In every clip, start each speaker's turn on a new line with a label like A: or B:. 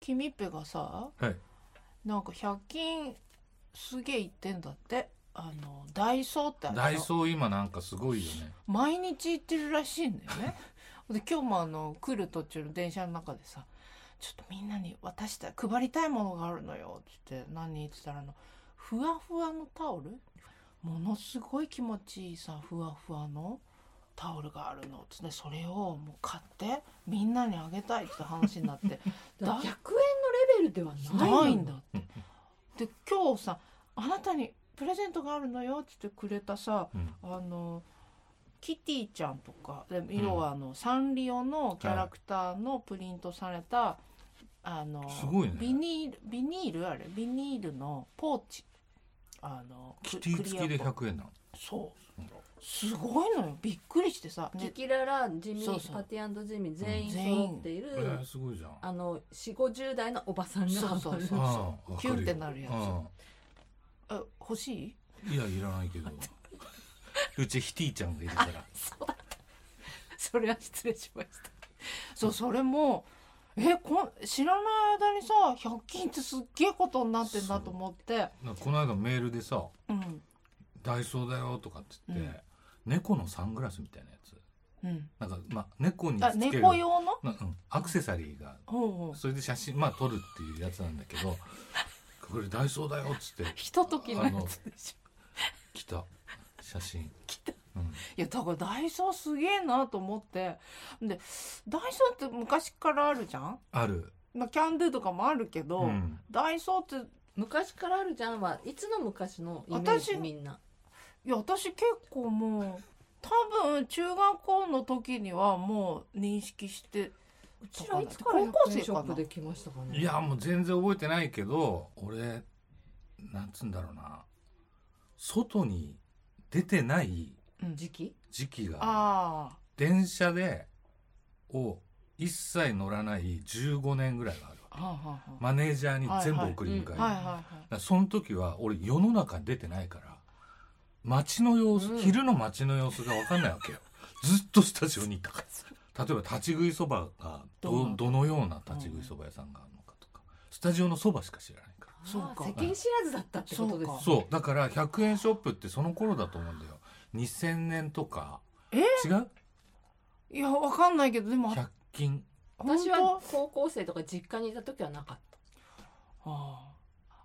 A: キミッペがさ
B: はい。
A: なんか100均すげえ行ってんだってあのダイソーってあるの
B: ダイソー今なんかすごいよね。
A: 毎日行ってるらしいんだよね で今日もあの来る途中の電車の中でさ「ちょっとみんなに渡したい配りたいものがあるのよ」って言って何って言ったらあのふわふわのタオルものすごい気持ちいいさふわふわのタオルがあるのっつってそれをもう買ってみんなにあげたいって話になって
C: だ
A: だ
C: 100円のレベルではない
A: ないんだって
B: うん。
A: で今日さ「あなたにプレゼントがあるのよ」って言ってくれたさ
B: うん。
A: あのキティちゃんとかで要はあの、サンリオのキャラクターのプリントされた、あの
B: すごいね
A: ビニールビニールあれビニールのポーチあの
B: キティ付きで
A: クリアポ
B: 100円なの。
A: そうすごいのよびっくりしてさ、
C: キ
A: ね、
C: キララジミー
A: そうそう
C: パティジミー全員
A: 全員
C: 揃っている、
B: えー、すごいじゃん。
C: あの4 5 0代のおばさんが
A: そうそうそう
B: ああ、
A: キュンってなるやつ
B: つ。
A: あ欲しい
B: うんいや、いらないけど。うちヒティちゃんがいる から。
C: それは失礼しました
A: そうそれもえこん知らない間にさ100均ってすっげえことになってんなと思って
B: なんかこの間メールでさ、
A: うん
B: ダイソーだよとかって言っ
A: うん
B: て、猫のサングラスみたいなやつ。
A: うん
B: なんか、まあ、猫に
A: あ
B: つける。
A: 猫用の
B: なうん、アクセサリーが
A: うんうん
B: それで写真まあ撮るっていうやつなんだけ どこれダイソーだよっつって
A: ひとときのやつでしょ。
B: 来た写真
A: 来た
B: うん、
A: いやだからダイソーすげえなと思ってでダイソーって昔からあるじゃん、
B: ある、
A: まあ、キャンドゥとかもあるけど、
B: うん、
A: ダイソーって
C: 昔からあるじゃんはいつの昔のイメージ
A: 私
C: みんない
A: や私結構もう多分中学校の時にはもう認識して
C: うちらいつから
A: 高校
C: 100
A: 生
C: 円ショ
A: か
C: ッ
A: な
C: プできましたかね
B: いやもう全然覚えてないけど俺なんつうんだろうな外に出てない
C: 時期
B: 時期が
A: あ
B: 電車でを一切乗らない15年ぐらいがあるわ
A: あはあはあは
B: マネージャーに全部
A: はいはい
B: 送り迎える、
C: うん
A: あはいはいは
B: だからその時は俺世の中に出てないから街の様子、
C: うん
B: 昼の街の様子が分かんないわけよずっとスタジオにいたから例えば立ち食いそばが
A: どうな
B: ど
A: の
B: どのような立ち食いそば屋さんがあるのかとかスタジオのそばしか知らないか
A: そうか
C: あー世間知らずだったってことです
A: そ
B: らそうだから100円ショップってその頃だと思うんだよ2000年とか
A: え
B: 違う
A: いいやわかんないけどでも
B: 100均
C: 私は
A: 本
C: 高校生とか実家にいた時はなかった
A: 当あ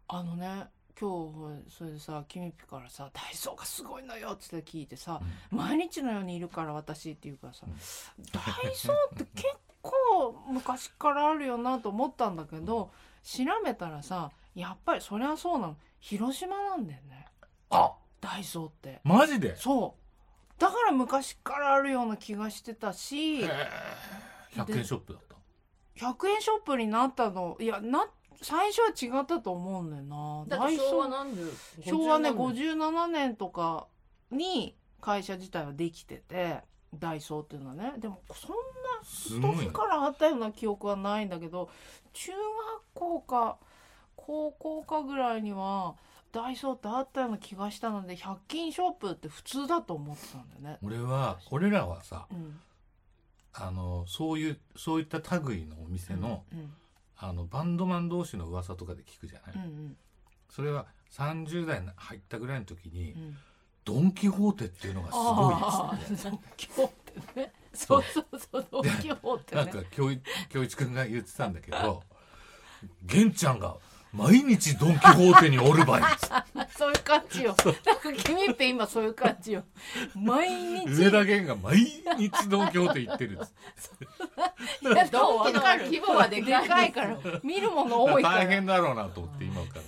A: ああのね今日それでさキミピからさ「ダイソーがすごいのよ」っつって聞いてさ、毎日のようにいるから私っていうからさ、
B: うん
A: ダイソーって結構昔からあるよなと思ったんだけど調べたらさやっぱりそりゃそうなの広島なんだよね
B: あ
A: ダイソーって
B: マジで
A: そうだから昔からあるような気がしてたし
B: へえ100円ショップだった
A: 100円ショップになったのいやな最初は違ったと思うんだよな
C: だって昭和
A: ダイソー
C: 何十
A: 昭和ね
C: 50年
A: 57年とかに会社自体はできててダイソーっていうのはねでもそんな
B: すごいね
A: 時からあったような記憶はないんだけど中学校か高校かぐらいにはダイソーってあったような気がしたので100均ショップって普通だと思ってたんだよね。
B: 俺は俺らはさ
A: うん
B: あのそういうそういった類のお店の,、
A: うん
B: あのバンドマン同士の噂とかで聞くじゃない、
A: うんうん
B: それは30代に入ったぐらいの時に、
A: うん
B: ドン・キホーテっていうのがすごい
A: あ
B: っつって
A: ードン・ キホーテねそうそう そうドン・キホーテ
B: なん
A: ね
B: か京一京一君が言ってたんだけど玄ちゃんが毎日ドン・キホーテにおるばいっ つって
A: そういう感じ よなんか君って今そういう感 じよ毎日
B: 上田源が毎日ドン・キホーテ行ってるっつって
A: いや
C: ドンキの規模はでかいですよ
A: から見るもの多いから
B: 大変だろうなと思って今から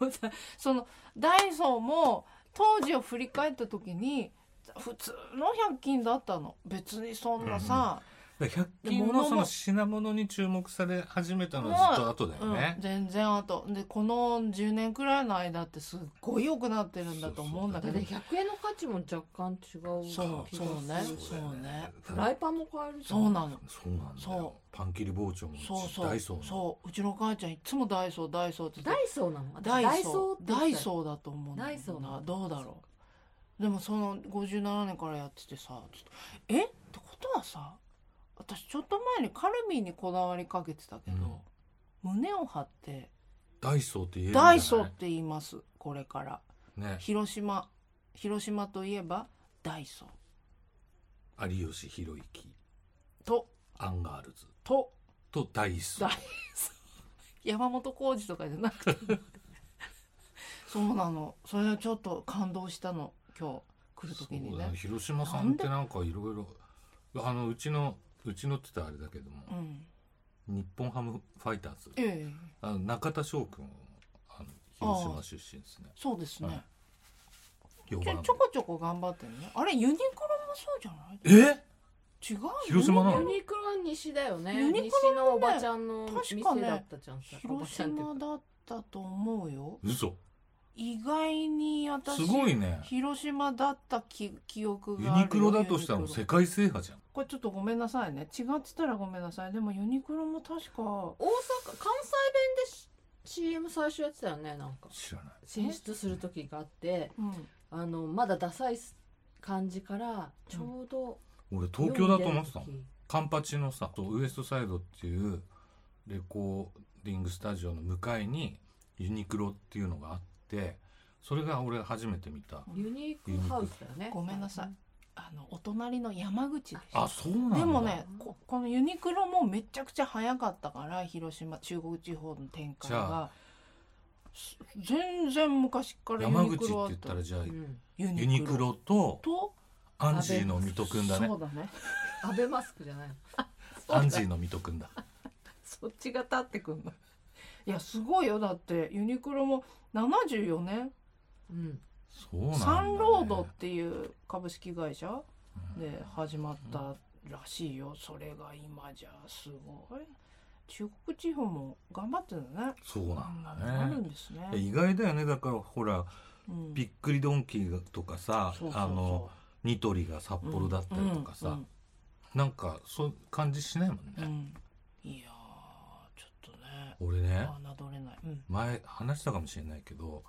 A: もうさそのダイソーも当時を振り返った時に普通の100均だったの別にそんなさ、
B: だから100均
A: 物も
B: のその品物に注目され始めたの
A: も
B: は
A: う
B: ずっと後だ
A: う
B: よ
A: ん
B: ね、
A: 全然あとでこの10年くらいの間ってすっごい良くなってるんだと思うんだ
C: だ
A: け
C: っ
A: ど
C: て100円の価値も若干違う気がする
A: そうそうねそうね
C: フライパンも買えるじゃん
A: そうなの
B: そうなんだよ
A: そ
B: パン切り包丁も
A: そうそう
B: ダイソーの
A: そううちの母ちゃんいつもダイソーダイソーって言
C: ダ
A: って
C: イソーなの
A: ダイソー
C: って言ってた
A: ダ
C: よ
A: イソーだと思うんだ
C: ダイソーな
A: な
C: の
A: どうだろうでもその57年からやっててさちょっとえってことはさ私ちょっと前にカルビーにこだわりかけてたけど、
B: うん
A: 胸を張って
B: ダイソーって言えるんじゃな
A: ダ
B: い
A: イソーって言いますこれから
B: ね
A: 広島広島といえばダイソー
B: 有吉弘行
A: と
B: アンガールズ
A: と
B: とダイソ
A: ダ
B: ー
A: イソー山本浩二とかじゃなくて そうなのそれはちょっと感動したの今日来る時
B: そ
A: に
B: うだ
A: ね
B: ね広島さんってなんかいろいろあのうちのうちのって言ったらあれだけども、
A: うん
B: 日本ハムファイターズ
A: ええ
B: あの中田翔君あの広島出身ですね
A: そうですね、
B: はい4
A: ちょ
B: 番
A: ちょこちょこ頑張ってるねあれユニクロもそうじゃない
B: え
A: 違うの
B: 広島な
C: ユ
B: の
C: ニクロは西だよね
A: ユニクロ
C: 西のおばちゃんの店
A: 確かね
C: だったじゃん、おば
A: 広
C: ちゃんっていう
A: 島
C: か
A: だったと思うよ
B: 嘘
A: 意外に私
B: すごいね
A: 広島だったき記憶
B: ユ
A: がある
B: ニクロだとしたら
A: ユ
B: もう
A: ニクロ
B: 世界制覇じゃん
A: これちょっとごめんなさいね違ってたらごめんなさいでもユニクロも確か
C: 大阪関西弁でし CM 最初やってたよねなんか
B: 知らない
C: 進出する時があって
A: うん
C: あのまだダサい感じからちょうど
B: 俺東京だと思ってたも
C: 世
B: ん
C: に出る時
B: カンパチのさウエストサイドっていうレコーディングスタジオの向かいにユニクロっていうのがあってそれが俺初めて見た
C: ユニークハウスだよね
A: ごめんなさいあのお隣の山口でした
B: あそうなんだ
A: でもねここのユニクロもめちゃくちゃ早かったから広島中国地方の展開
B: じゃ
A: がす全然昔からユ
B: 山
A: ニ
B: 口っ
A: ク
B: て
A: ロあ
B: 言ったらじゃあ
C: うん
A: ユ
B: ユニクロと
A: と
B: アンジーの水戸くんだね
A: そうだね
C: アベマスクじゃないの
B: アンジーの水戸くんだ
A: そっちが立ってくんのいやすごいよだってユニクロも74年
C: うん
B: そうなんだ、ね、
A: サンロードっていう株式会社で始まったらしいよそれが今じゃすごい中国地方も頑張ってるね
B: そう
A: あ
B: なんん
A: なのあ
B: だ
A: る
B: ね
A: んですね、
B: 意外だよねだからほら
A: うん
B: びっくりドンキーとかさ
A: そうそうそう
B: あのニトリが札幌だったりとかさ、
A: うん
B: なんかそう感じしないもんね、
A: うんうんいやーちょっとね
B: 俺ね
A: 侮れない、うん、
B: 前話したかもしれないけど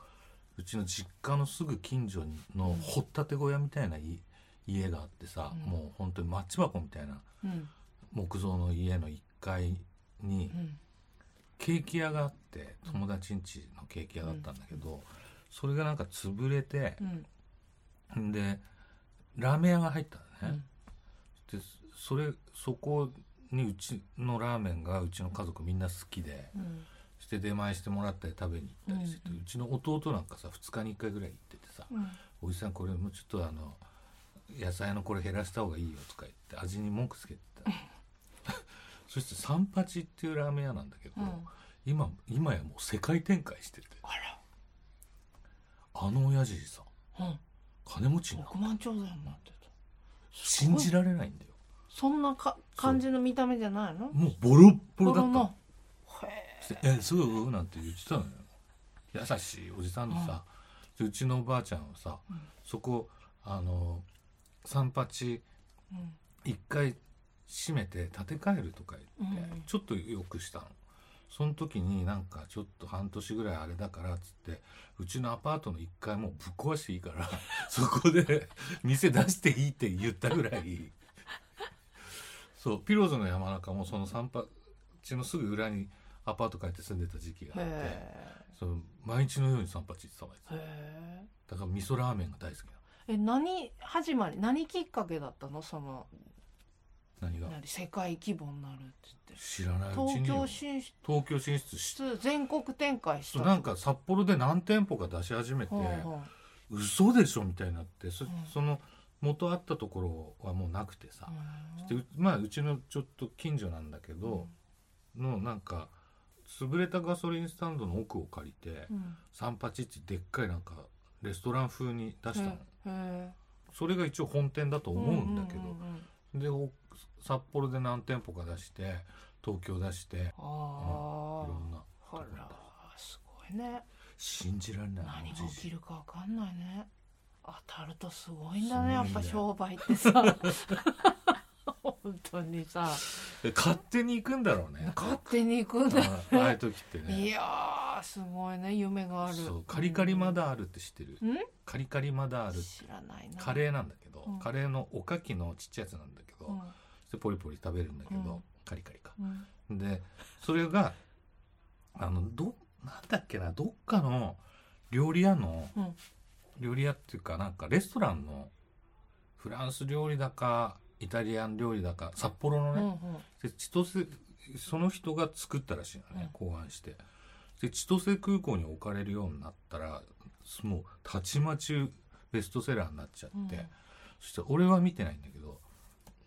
B: うちの実家のすぐ近所の掘ったて小屋みたいない、家があってさ、
A: うん
B: もう本当にマッチ箱みたいな
A: うん
B: 木造の家の1階に
A: うん
B: ケーキ屋があって友達ん家のケーキ屋だったんだけど、それがなんか潰れて
A: う、ん
B: んでラーメン屋が入った
A: う
B: のね
A: ん、
B: でそれそこにうちのラーメンがうちの家族みんな好きで。
A: うん
B: して出前してもらったり食べに行ったりしてて、うちの弟なんかさ2日に1回ぐらい行っててさ
A: うん
B: 「おじさんこれもうちょっとあの野菜のこれ減らした方がいいよ」とか言って味に文句つけて たそして「三八」っていうラーメン屋なんだけど、
A: うん
B: 今今やもう世界展開してて
A: あら
B: あの親父さ
A: うん
B: 金持ちなの
A: 億万長者になってたすご
B: 信
A: い
B: じられないんだよ
A: そんなか感じの見た目じゃないの
B: もうボロッボ
A: 頃
B: ロだったの
A: のへ
B: して「えそう?」なんて言ってたのよ優しいおじさんでさ、でうちのおばあちゃんはさ、
A: うん
B: そこあの三八
A: えうん
B: 一回閉めて建て替えるとか言って、
A: うん
B: ちょっと良くしたのその時になんかちょっと半年ぐらいあれだからっつってうちのアパートの1階もうぶっ壊していいから そこで 店出していいって言ったぐらいそうピローズの山中もその散髪のすぐ裏にアパート借りて住んでた時期があって
A: へ
B: その毎日のように散髪行ってたわけ
A: えへ
B: だから味噌ラーメンが大好きな
A: ええ何始まり何きっかけだったのその
B: の何が
A: 何世界規模になるって言って
B: 知らないうち
A: 東
B: によ
A: 京進
B: 東京進出し
A: 出全国展開し
B: そ
A: た
B: うなんか札幌で何店舗か出し始めて
A: ほうほ
B: 嘘でしょみたいになってそ,、
A: うん
B: その元あったところはもうなくてさ
A: う、
B: でうまあうちのちょっと近所なんだけ
A: うん
B: ど、のなんか潰れたガソリンスタンドの奥を借りて
A: うん
B: 三八一でっかいなんかレストラン風に出したの、
A: へえ
B: それが一応本店だと思うんだけど、
A: うんうんうん
B: でお札幌で何店舗か出して東京出してい
A: あ
B: ろんな
A: あほらすごいね
B: 信じられない
A: 何が
B: も
A: 起
B: うじ
A: き
B: じい
A: るか分かんないね当たるとすごいんだね
B: す
A: やっ
B: ごいんだよ
A: ぱ商売ってさ本当にさ
B: え勝手に行くんだろうね
A: 勝手に行くんだ、
B: あああいう時って
A: い
B: ね
A: やーすごいね夢がある
B: そうカリカリマダールって知ってる
A: うん
B: カリカリマダール
A: 知らないな
B: カレーなんだけど、
A: うん
B: カレーのおかきのちっちゃいやつなんだけど、
A: うん
B: そしてポリポリ食べるんだけど、
A: うん
B: カリカリか
A: うん
B: でそれがあのどなんだっけなどっかの料理屋の、
A: うん
B: 料理屋っていうかなんかレストランのフランス料理だかイタリアン料理だか札幌の
A: うん
B: ね、
A: うん
B: で千歳その人が作ったらしいのね、考案してで千歳空港に置かれるようになったらもうたちまちベストセラーになっちゃって、
A: うん
B: そして俺は見てないんだけど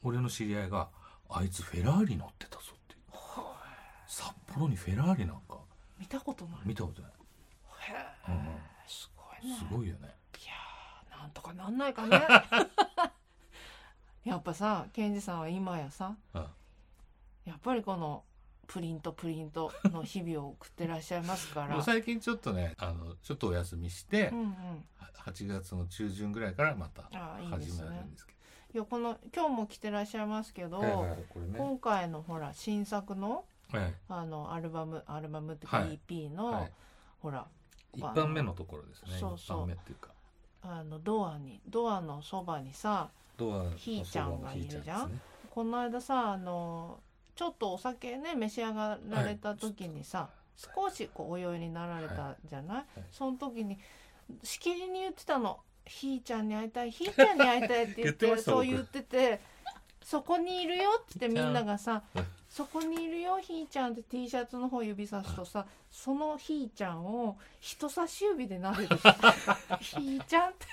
B: 俺の知り合いが「あいつフェラーリ乗ってたぞ」って言う札幌にフェラーリなんか
A: 見たことない
B: 見たことない、
A: へ
B: う
A: え
B: んうん
A: すごいね
B: すごいよね
A: いやーなんとかなんない かねやっぱさケンジさんは今やさ
B: うん
A: やっぱりこのプリントプリントの日々を送ってらっしゃいますから
B: でも最近ちょっとねあのちょっとお休みして、
A: うんうん
B: は8月の中旬ぐらいからまた
A: あーいいで
B: 始
A: す
B: ま
A: ね
B: るんですけ
A: いやこの今日も来てらっしゃいますけど、
B: ど、はいはいこれね、
A: 今回のほら新作の
B: はい
A: あのアルバムアルバムっていうか
B: はい
A: EP の、
B: はい
A: ほら
B: 一番目のところですね。
A: そうそう
B: 一番目っていうか。
A: あのドアにドアのそばにさ
B: ドアの
A: ひーちゃんがいるじゃん
B: そばのひーち
A: この間さあのちょっとお酒ね召し上がられた時にさ、
B: ちょっ
A: 少しこうお酔いになられたじゃない、
B: いはい
A: その時にしきりに言ってたの「ひーちゃんに会いたいひーちゃんに会いたい」って言って
B: 言ってました
A: そう
B: 僕
A: 言ってて「そこにいるよ」っつってみんながさ
B: うん
A: 「そこにいるよひーちゃん」って T シャツの方指さすとさそのひーちゃんを人差し指で撫で てさ「ひーちゃん」って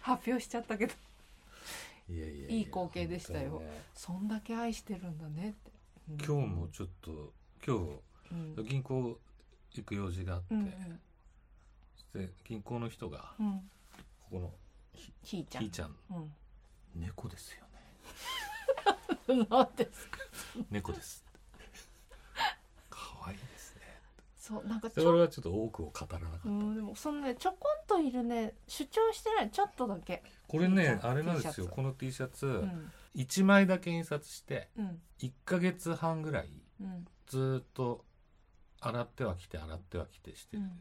A: 発表しちゃったけど
B: いやいやや
A: いい光景でしたよ
B: 本当にね
A: そんだけ愛してるんだねって。うん
B: 今日も、ちょっと今
A: うん
B: 日銀行行く用事があって、
A: うんうん
B: そして銀行の人が
A: うん、
B: ここの
A: ひーちゃ
B: ひー
A: ん。
B: ちゃん
A: うん、
B: 猫ですよね。
A: なんですか。
B: 猫です。可愛いですね。
A: そう、なんかち
B: それ
A: ょ、
B: はちょっと多くを語らなかった。
A: うん、でも、そのね、ちょこんといるね、主張してない、ちょっとだけ。
B: これ
A: T
B: ね
A: シャツ
B: あれなんです
A: T シ
B: よ。
A: ャツ
B: この T シャ
A: う
B: ツ
A: ん、
B: 一、枚だけ印刷して
A: うん、
B: 一ヶ月半ぐらい
A: うん、
B: ずーっと洗ってはきて洗ってはきてして
A: う
B: る、
A: ん、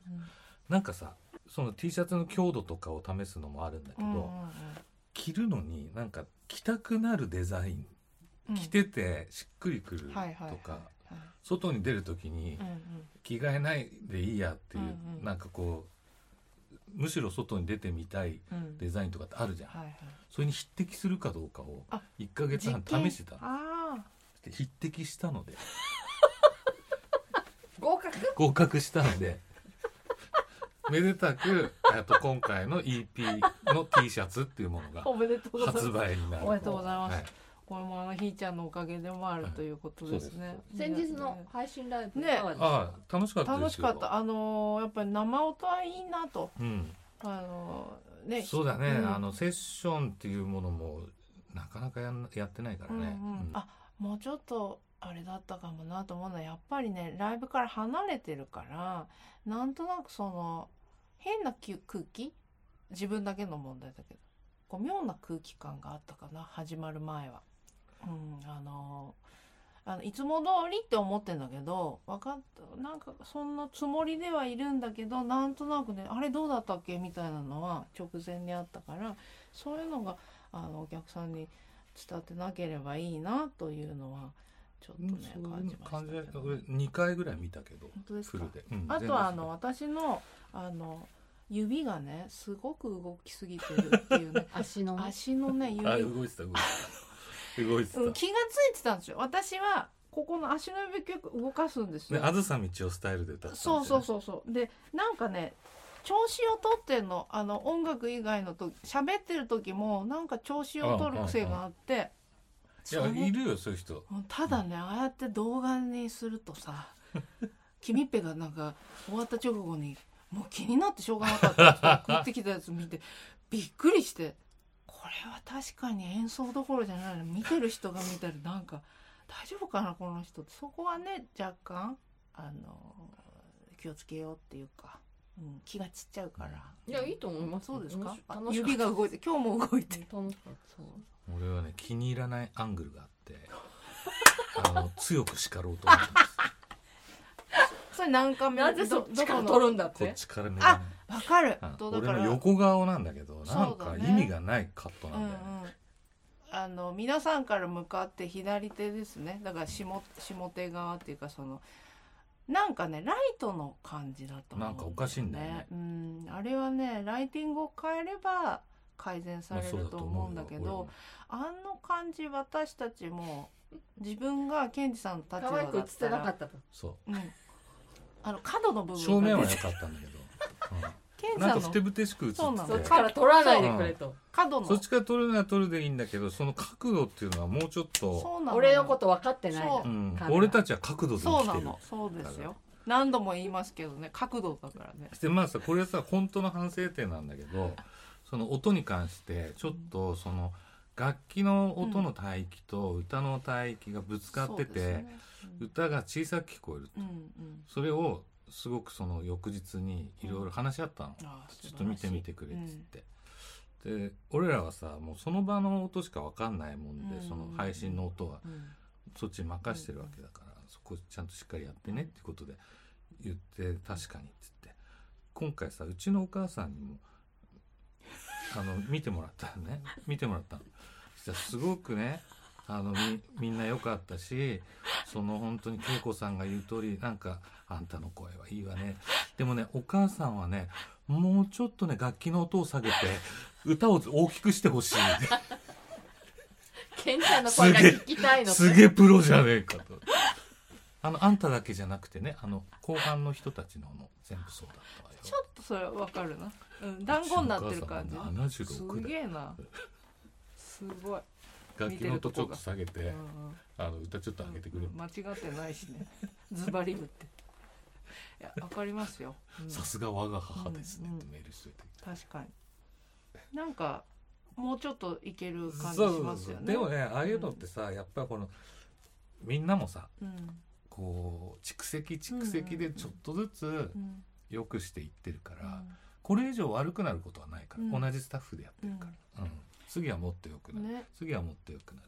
B: なんかさその T シャツの強度とかを試すのもあるんだけ
A: う
B: ど、
A: ん、
B: 着るのになんか着たくなるデザイン、
A: うん、
B: 着ててしっくりくると
A: うん、
B: か、
A: はい、はい、はい
B: 外に出る時に
A: うん、うん、
B: 着替えないでいいやっていう、
A: うんうん
B: なんかこうむしろ外に出てみたい
A: うん、
B: デザインとかってあるじゃん、
A: はい、はい。
B: それに匹敵するかどうかを
A: あ
B: 1ヶ月半
A: 実験
B: 試してたの
A: ああ、
B: で匹敵したので
C: 合格
B: 合格したのでめでたくえっと今回の EP の T シャツっていうものが
A: おめでとうございます
B: 発。売になる
A: おめでとうございます
B: はい
A: これもあのひーちゃんのおかげでもある
B: はい
A: ということですね。
C: 先日の配信ライブい
A: ね
C: かがでした
B: ああ楽しかったですよ
A: 楽しかった。あのーやっぱり生音はいいなと。
B: うん、
A: あのーね。
B: そうだね、
A: うん
B: あのセッションっていうものもなかなかやんやってないから
A: うんう
B: ね、
A: んあもうちょっとあれだったかもなと思うのはやっぱりねライブから離れてるからなんとなくその変なき空気自分だけの問題だけどこう妙な空気感があったかな始まる前は。うん、あのあのいつも通りって思ってんだけど分かったなんかそんなつもりではいるんだけどなんとなくねあれどうだったっけみたいなのは直前にあったからそういうのがあのお客さんに伝ってなければいいなというのはちょっと
B: うん
A: ね
B: そう
A: 感
B: い
A: じ
B: う
A: ま
B: 感じで
A: したけど
B: 俺2回ぐらい見たけど
A: 本当です
B: フ
A: か
B: ルで、うん
A: あ
B: 全
A: と
B: 部
A: はあの私のあの指がねすごく動きすぎてるっていう ね
C: 足のね
A: 足のね指
B: あ
A: が
B: 動いてた動い てた動いてた、
A: うん気がついてたんですよ私はここの足の指結構動かすんです
B: ね
A: よ、
B: あずさみちおスタイルで歌ったんですよ
A: そ
B: ね
A: うそうそうそうでなんかね調子をとってんのあの音楽以外のと喋ってる時もなんか調子を取る癖があってそ
B: いや
A: れ
B: いるよそういう人
A: うんただねああやって動画にするとさ君っぺがなんか終わった直後にもう気になってしょうがなかったって送ってきたやつ見てびっくりしてこれは確かに演奏どころじゃないの見てる人が見たらなんか大丈夫かなこの人ってそこはね若干あの気をつけようっていうか、うん、気が散っちゃうから
C: いやいいと思います
A: そうですかあ
C: 楽しかった
A: 指が動いて今日も動いてる
C: 楽しかったそう
B: 俺はね気に入らないアングルがあってあの強く叱ろうと思ってます
A: それ何回目
C: なぜそっちから
A: ど
C: 取
A: この
C: るんだっ
B: こ
C: て
B: っちから見
A: あわかる
B: うん
A: どうだ
B: 俺
A: から
B: の横顔なんだけど
A: そうだ
B: なん
A: ね
B: か意味がないカット
A: う
B: なん
A: んう
B: だ
A: ん
B: よね、
A: ああの皆さんから向かって左手ですねだから下下手側っていうかそのなんかねライトの感じだと思う
B: なんかおかしいんだよね
A: うんあれはねライティングを変えれば改善さ
B: まあ
A: れると思うんだけど、あの感じ私たちも自分がケンジさんの立
C: 可愛
A: 場
C: く
A: だ
C: 映っ
A: った
C: てな
A: ら
C: かったと。
B: そ
A: うん、あの角の部
B: う
A: 分
B: 正面は
A: 出
B: 良
A: て
B: かったんだけど、
A: ケ
B: う
A: ン
B: ん
A: ジさ
B: なんか
A: ん
B: ふ
A: の
B: てぶてしく映ってて
A: そうな
C: そ
A: の
C: っから取らないでくれと。
A: 角の
B: そっちから撮るなら撮るでいいんだけどその角度っていうのはもうちょっと、
A: そうなの
C: 俺のこと分かってないな
A: そ。
B: うん
C: カメラ
B: 俺たちは角度で生
A: そう
B: き
A: な
B: てる
A: のそうですよ何度も言いますけどね角度だからね
B: でまあさこれさ本当の反省点なんだけどその音に関してちょっとその楽器の音の帯域と歌の帯域がぶつかって
A: そう
B: て、
A: ですねうん
B: 歌が小さく聞こえる
A: うんうん
B: それをすごくその翌日にいろいろ話し合ったの、
A: あー
B: ちょっと見てみてくれっ
A: うん
B: つって、で俺らはさもうその場の音しか分かんないもんで、
A: うん
B: その配信の音は
A: うん
B: そっちに任してるわけだから、そこちゃんとしっかりやってねってことで言って確かにっつって今回さうちのお母さんにもあの見てもらったのね見てもらったのそしたらすごくねあのみみんな良かったしその本当に恵子さんが言う通りなんか「あんたの声はいいわね」でもねお母さんはねもうちょっとね楽器の音を下げて歌を大きくしてほしい。
C: ケンちゃんの声が聞きたいの。
B: すげえプロじゃねえかと。あの、あんただけじゃなくてね、あの、後半の人たちのも全部そうだったわよ。
A: ちょっとそれわかるな、うん、団子になってる感じ
B: 76
A: す
B: だ
A: げえなすごい、
B: 楽器の音ちょっと下げ
A: う
B: て、
A: んうん
B: あの、歌ちょっと上げてくれ。
A: 間違ってないしねズバリ打っていやわかりますよ、うん
B: さすが我が母ですね
A: うん
B: ってメールしといて。
A: 確かになんかもうちょっといける感じ
B: そう
A: し
B: そ
A: ま
B: う
A: す
B: そ
A: よ
B: う。
A: ね
B: でもね、ああいうのってさ、やっぱりこの、みんなもさ、
A: うん
B: こう、蓄積蓄積でちょっとずつ
A: うん
B: 良くしていってるから、
A: う
B: これ以上悪くなることはないから、
A: うん
B: 同じスタッフでやってるから、うん次はもっと良くなる、
A: んね
B: 次はもっと良くなる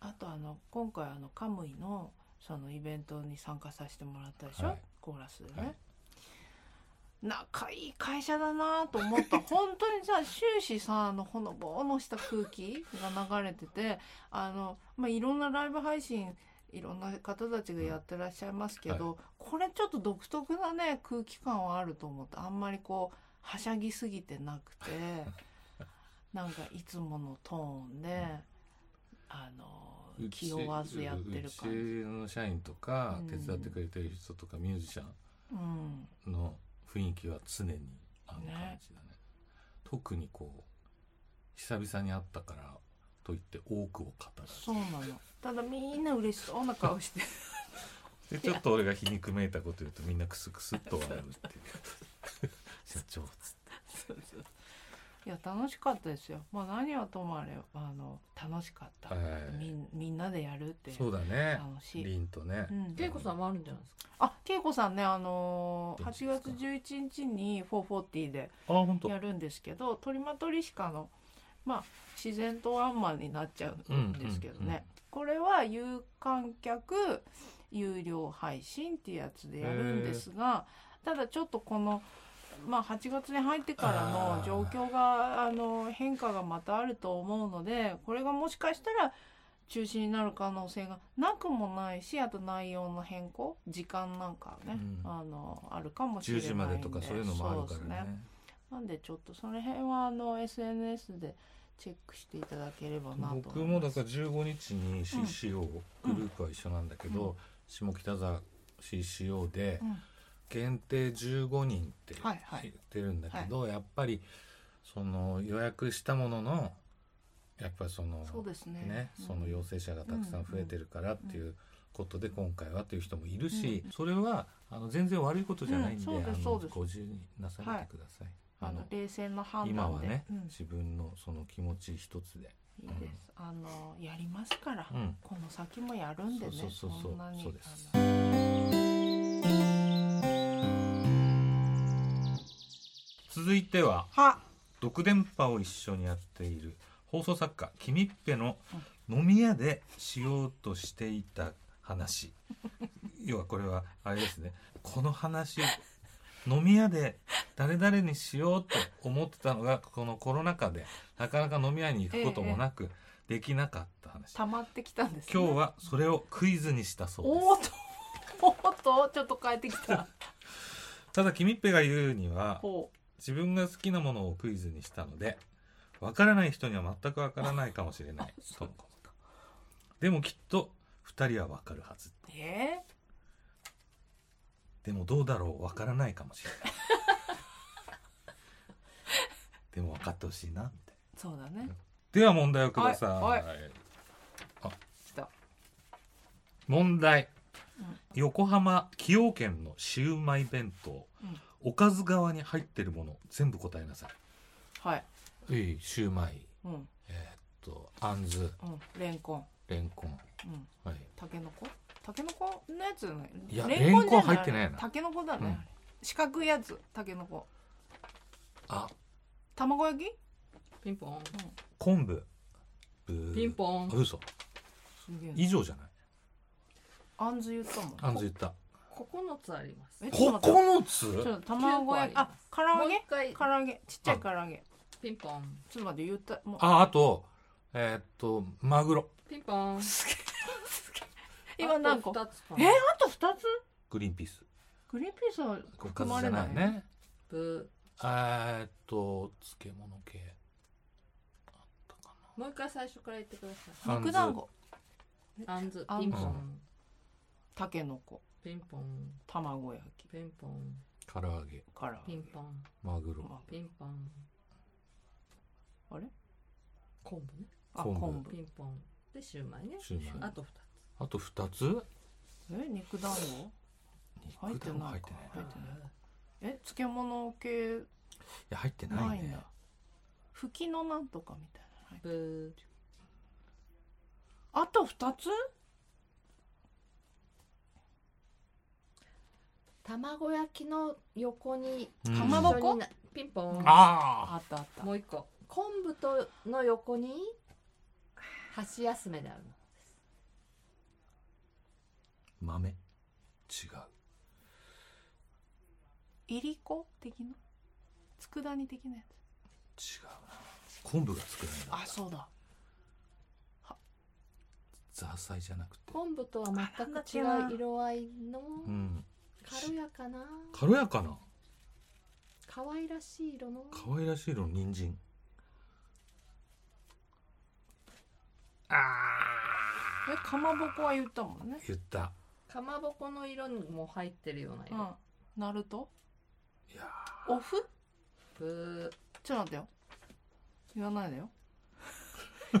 A: あとあの今回あのカムイのそのイベントに参加させてもらったでしょ、
B: はい
A: コーラスでね、
B: はい
A: 仲いい会社だなと思った本当にさ終始さあのほのぼのした空気が流れててあの、まあ、いろんなライブ配信いろんな方たちがやってらっしゃいますけど、これちょっと独特なね空気感はあると思ってあんまりこうはしゃぎすぎてなくてなんかいつものトーンで、あの
B: うち
A: 気負わずやってる感じ。
B: うちの社員とか
A: うん
B: 手伝ってくれてる人とかミュージシャ
A: うん
B: ンの雰囲気は常にあの感じだね特にこう久々に会ったからといって多くを語ら
A: そうなのただみんな嬉しそうな顔して
B: ずでちょっと俺が皮肉めいたこと言うとみんなクスクスっと笑うっていう社長っつって
A: いや楽しかったですよ、まあ、何はともあれあの楽しかった、
B: はい
A: みんみんなでやるって
B: そうだね
A: 楽しい、
B: 凛とね、
A: うん、
C: 恵子さんもあるんじゃないですか。
A: あ恵子さんねあのー
B: どっちで
A: 8
B: す
A: 月
B: か
A: 11日に440で
B: あ本当
A: やるんですけどトリマトリシカの、まあ、自然とワンマンになっちゃうんですけどね、
B: うんうんうん
A: これは有観客有料配信っていうやつでやるんですがただちょっとこの、まあ、8月に入ってからの状況があの変化がまたあると思うのでこれがもしかしたら中止になる可能性がなくもないしあと内容の変更時間なんかね、
B: うん
A: あのあるかもしれ
B: 10
A: ないんで
B: 時までとかそういうのもあるか
A: そうです
B: らね
A: なんでちょっとその辺はあの SNS でチェックしていただければなと思います
B: 僕もだから15日に CCO、
A: うん
B: グループは一緒なんだけど、
A: うん
B: 下北沢 CCO で
A: うん
B: 限定15人って
A: はいはい
B: 言ってるんだけど、やっぱりその予約したもののやっぱりその
A: そうですね
B: ね
A: うん
B: その陽性者がたくさん増えてるからっていうことで今回はっていう人もいるし、
A: う
B: それはあの全然悪いことじゃないん
A: う
B: で,、
A: んそうです
B: あの
A: そうです
B: ご自由になさってください。
A: あ
B: あの
A: の冷静な判断で
B: 今はね、
A: うん
B: 自分のその気持ち一つで、
A: いいですあのやりますから、
B: うん
A: この先もやるんでね
B: そうそうそうそうん
A: なに
B: そうです
A: あの
B: 続いては
A: は
B: 独電波を一緒にやっている放送作家キミッペの飲み屋でしようとしていた 話要はこれはあれですねこの話飲み屋で誰々にしようと思ってたのがこのコロナ禍でなかなか飲み屋に行くこともなく、できなかった話
A: 溜まってきたんです、ね、
B: 今日はそれをクイズにしたそうです
A: おーっとおーっとちょっと変えてき た
B: ただ君っぺが言うには
A: ほう
B: 自分が好きなものをクイズにしたのでわからない人には全くわからないかもしれないとのことでもきっと2人はわかるはず
A: え
B: でもどうだろうわからないかもし れないでも分かってほしいなみたい
A: ー、そうだね
B: なでは問題をください、
A: はい来た
B: 問題、
A: うん
B: 横浜崎陽軒のシウマイ弁当、
A: うん
B: おかず側に入ってるもの全部答えなさ
A: はい
B: いえいシウマイ
A: うんう
B: えーっとあんず
A: んレンコン
B: レンコン
A: うん
B: はい
A: タケノコタケノコのやつじゃないじゃ
B: いやレンコン入ってないな
A: タケノコだね、
B: うん
A: あれ四角いやつタケノコ
B: あ
A: 卵焼き
C: ピンポン。
B: 昆布ブー
C: ピンポ
B: あ
C: ン。
A: す
B: 嘘
A: げえな
B: 以上じゃない
A: あんず言ったもん
B: あんず言った
C: 9つあります。
A: えちょっと待って
B: 9
A: ちょ
B: つ
A: っと卵焼きあ唐
C: も
A: 揚
C: う一
A: げ
C: 回
A: 唐揚げちっちゃい唐揚げ
C: ピンポン。
A: ちょっと待って言ったもう
B: ああとえーっとマグロ
C: ピンポン。
A: 今何個
C: あ
A: あ
C: と二つか
A: え
C: な
A: と2つ
B: グリーンピース
A: グリーンピースは
B: おか
A: 含
B: ず
A: ま
B: じゃ
A: れ
B: な
A: ないい
B: ね
C: ブ
B: えーっと漬物系
C: ーもう一回最初から言ってください。
B: あんず
A: 肉団子
C: あんず。
A: あん
C: ピ
A: ず
C: ンポ
B: う
C: ン。
A: たけのこ
C: ピンポン。
A: 卵焼き
C: ピンポン。
B: 唐揚げ
A: 唐揚
C: ピ
A: げ
C: ンポン。
B: マグロ
A: ま
C: ピンポン。
A: ああれ
C: 昆布ね。
A: あ
B: 昆布
A: 昆布
C: ピンポン。で、シューマイね。
B: シューマ
C: あ
B: イ
C: と2つ。
B: あと2つ
A: え肉団子入って
B: 肉団子
A: な
B: 入っ
A: いか入っ
B: てない
A: てないえ漬物系
B: いや入ってない
A: ないん
B: ね
A: だふきのなんとかみたいなの入って
C: ブー。
A: あと2つ
C: 卵焼きの横に
B: うん
A: かまぼこ
C: 一緒になピンポン
B: ああ
A: あったあった
C: もう一個昆布との横に箸休めであるの
B: 豆違う
A: いりこ的な佃煮的なやつ
B: 違うな昆布が作られない
A: あそうだ
B: ザーサイじゃなくて
C: 昆布とは全く違う色合いの
B: うん
C: 軽やかな
B: 軽やかな
C: 可愛らしい色の
B: 可愛らしい色の人参あ
A: えかまぼこは言ったもんね
B: 言った
C: かまぼこの色にも入ってるような
A: う
C: 色
A: んなると
B: いや
A: おふ
C: ブ
A: ちょっと待ってよ言わないでよ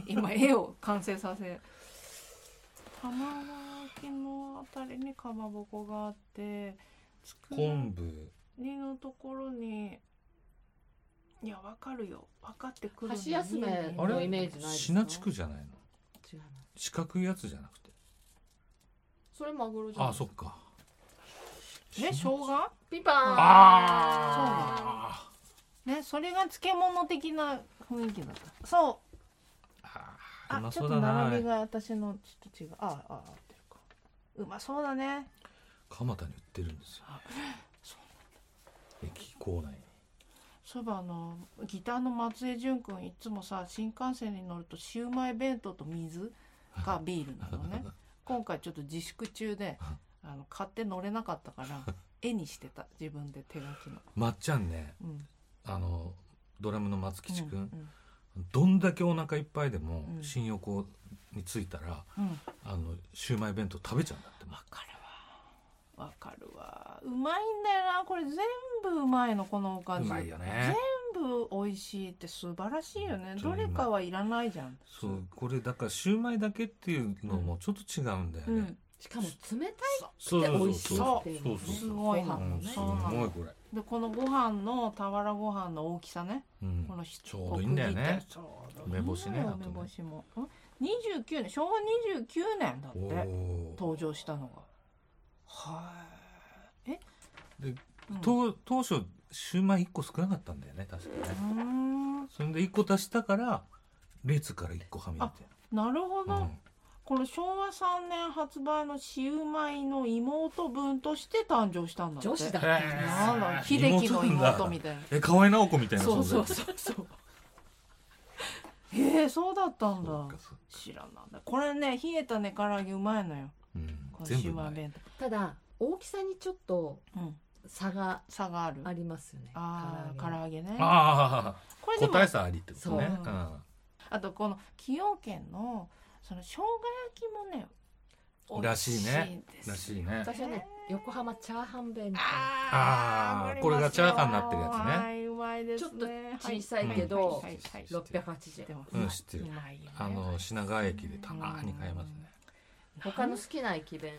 A: 今絵を完成させ卵焼きのあたりにかまぼこがあってつく
B: ー
A: ね
B: 昆布
A: のところにいやわかるよ分かってくる
C: ー
A: のに
C: 箸休め
B: あ
C: の
B: れ
C: イメージないです
B: シ
C: か
B: ナ地区じゃないの
C: 違います
B: 四角いやつじゃなくて
C: それマグロじゃん
B: ああそっか
A: ね生姜
C: ピンポン
B: ああ
A: ねそれが漬物的な雰囲気だったそう
B: あーう
A: あ
B: ま
A: ちょ
B: そ
A: っ
B: う
A: と
B: だな
A: 並びが私のちょっと違うあああ合ってるかうまそうだね
B: 蒲田に売ってるんですよ
A: あ
B: 駅構内に
A: そういえばあのギターの松江潤君いつもさ新幹線に乗るとシウマイ弁当と水がビールなの ね今回ちょっと自粛中であの買って乗れなかったから絵にしてた自分で手書きの、
B: まっちゃんね
A: うん、
B: あのドラムの松吉くん、
A: うん
B: どんだけお腹いっぱいでも
A: うん
B: 新横に着いたら、
A: うんうん
B: あのシューマイ弁当食べちゃうんだって
A: わかるわわかるわうまいんだよなこれ全部うまいのこのおか
B: う
A: ず
B: まいよね
A: 全部美味しいって素晴らしいよね
B: ちょ
A: ど
B: っと
A: れ
B: 今
A: かはいらないじゃん
B: そうこれだからシューマイだけっていうのもちょっと違うんだよね、
A: うん
C: しかも冷たい
B: そうそう
C: 美
B: そう
C: 味しい
B: そ
C: っ
B: う
C: ていう
B: そう
A: す
B: そう
A: ごいな、
C: ご飯
B: うんす
A: そうな
B: ごい
A: の
B: これ、
A: でこのご飯の俵ご飯の大きさね、
B: うん
A: この一
B: ちょうどいいんだよね
A: ちょうど
B: 梅干しね
A: いいの
B: あ
A: よ
B: とね
A: 梅干しもん29年昭和29年だ
B: お
A: って
B: ー
A: 登場したのがはいえ
B: で
A: うんう
B: と当初シューマイ1個少なかったんだよね確かね
A: ーん
B: それで1個足したから列から1個はみ出て、
A: なるほ
B: う
A: ど、
B: ん、
A: この昭和3年発売のシウマイの妹分として誕生したんだって
C: 女子だ
B: へ
C: った
A: な
B: ー
A: んだ秀樹の
B: 妹なんだ
A: 妹みたいな
B: え河合直子みたいな
A: そう
B: 存
A: そ
B: 在
A: うそうそう。えへえそうだったん
B: そう
A: だ
B: かそう
A: 知らなんだこれね冷えたね唐揚げうまいのよ
B: うん
A: この
B: 全部う
A: 島
B: まい
A: 弁
C: ただ大きさにちょっと
A: 当うん
C: 差が
A: 差がある
C: ありますよね
A: あー
C: 唐
A: 唐
C: 揚げ
A: 揚げね
B: あ
A: こ
B: あ
A: れでも
B: 個体差ありってことね
A: そうあとこの崎陽軒のその生姜焼きもね
B: うんらしいね
A: 美味
B: ら
A: しいです
B: しいね
C: 私はね横浜チャーハン弁
B: あー
A: あー
B: これがチャーハンになってるやつね
A: はいうんうまいですね
C: ちょっと小さ
B: いけど
C: 当
A: 知って
C: 680円
A: ます
B: うん知ってる
A: うまいよね
B: あの品川駅でたまに買えますね
C: 他の好きな駅弁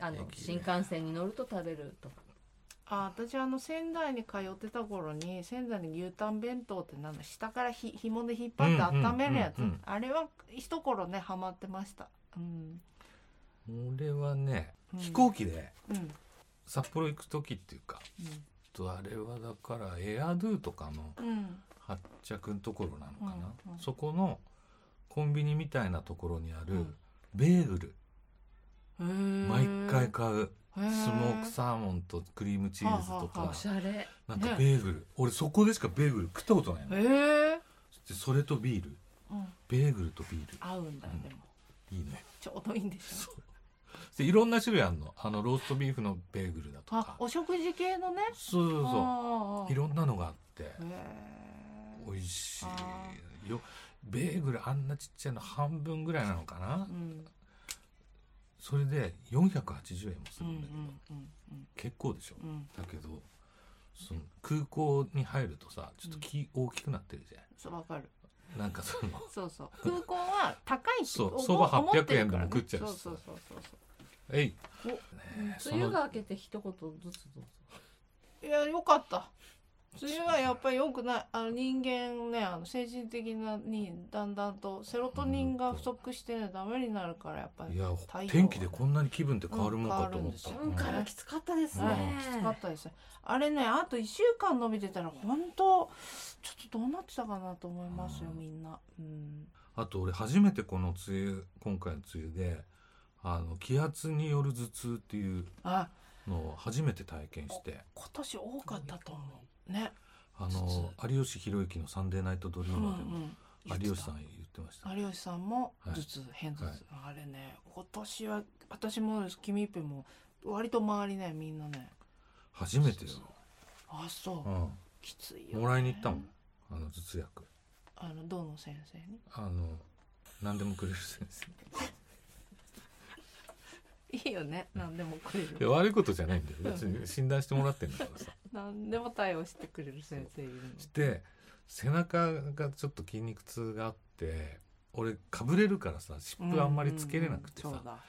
C: あの
B: 駅
C: 新
B: 弁
C: 幹線に乗ると食べるとか
A: あ私あの仙台に通ってた頃に仙台の牛タン弁当ってなんだ下からひ紐で引っ張って温めるやつ、
B: うんうんうんうん
A: あれは一頃ねハマってましたうん、
B: 俺はね
A: うん
B: 飛行機で
A: うん
B: 札幌行く時っていうかとあれはだからエアドゥとかの
A: うんうん
B: 発着のところなのかな、
A: うんうん
B: そこのコンビニみたいなところにあ
A: う
B: る
A: ん
B: ベーグル、
A: へー
B: 毎回買う
A: へ
B: スモークサーモンとクリームチーズと
A: はあはあ
B: か
A: は
C: おしゃれ
B: なんかベーグル、俺そこでしかベーグル食ったことないの
A: へえ、
B: でそれとビール
A: うん、
B: ベーグルとビール
A: 合うんだよでも、
B: いいね
A: ちょうどいいんでしょ
B: そうでいろんな種類あるのあのローストビーフのベーグルだと
A: あ
B: か
A: お食事系のね
B: そうそうそ
A: そう
B: いろんなのがあって
A: へえ
B: 美味し
A: あ
B: いよベーグルあんなちっちゃいの半分ぐらいなのかな、
A: うん
B: それで480円もす
A: うんう
B: る
A: ん
B: んだけど、
A: うんうん
B: 結構でしょ
A: うん
B: だけどその空港に入るとさちょっと気大きくなってるじゃん、
A: そうわかる
B: なんかその
A: そうそう空港は高いって
B: そう
A: 思
B: そば
A: 思ってる
B: 800円で
A: から
B: も
A: ね
B: 食っちゃうし
A: そう
B: さ
A: そうそうそうそ
B: えい、
A: お
B: ねえ
C: 梅雨が明けて一言ずつどうぞ
A: ういやよかった梅雨はやっぱり良くないあの人間ねあの精神的なにだんだんとセロトニンが不足してねダメになるからやっぱ
B: い
A: り
B: や
A: 太陽
B: 天気でこんなに気分って変わるもんかと思っ
A: う
B: た、
A: ん
C: 今回はきつかったですね、
B: うん
A: 暑かったですねあれねあと1週間伸びてたら本当ちょっとどうなってたかなと思いますよ
B: うん
A: みんなうん
B: あと俺初めてこの梅雨今回の梅雨であの気圧による頭痛っていう
A: あ
B: のを初めて体験して
A: 今年多かったと思うね
B: あの有吉弘行の「サンデーナイトドリー
A: うんう
B: マー」でも
A: ん
B: 有吉さん
A: 言って
B: 言ってました
A: た有吉さんも
B: はい
A: 頭痛偏頭痛あれね今年は私もです君一平も割と周りねみんなね
B: 初めてよ、
A: あそう
B: う
A: きついよ
B: ん、
A: ね
B: もらいに行ったもんあの頭痛薬
A: あのどの先生に
B: あの何でもくれる先生
A: いいよね何でもくれ
B: いや
A: る
B: 悪いことじゃないんだよ別に診断してもらってんだからさ
A: 何でも対応してくれる先生いるの
B: して背中がちょっと筋肉痛があって俺かぶれるからさ湿布あんまりつけれなくてさ、
A: うんうんうんそうだ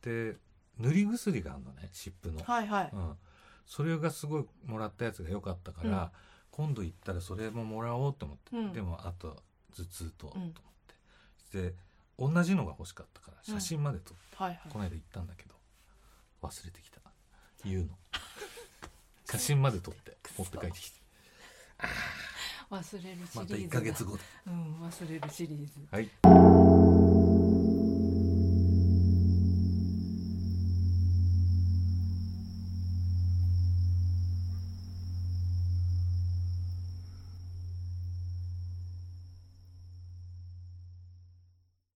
B: で塗り薬があるのね湿布の、
A: はいはい
B: うん、それがすごいもらったやつが良かったから、
A: うん
B: 今度行ったらそれももらおうと思って、
A: うん
B: でもあと頭痛と、と
A: う
B: 思
A: ん
B: ってで同じのが欲しかったから
A: うん
B: 写真まで撮って、
A: はい
B: こ
A: はい
B: の間行ったんだけど忘れてきた言うの写真まで撮って持って帰ってきて
A: 忘れるシリーズ
B: ま
A: だ
B: た1ヶ月後で
A: うん忘れるシリーズ
B: はい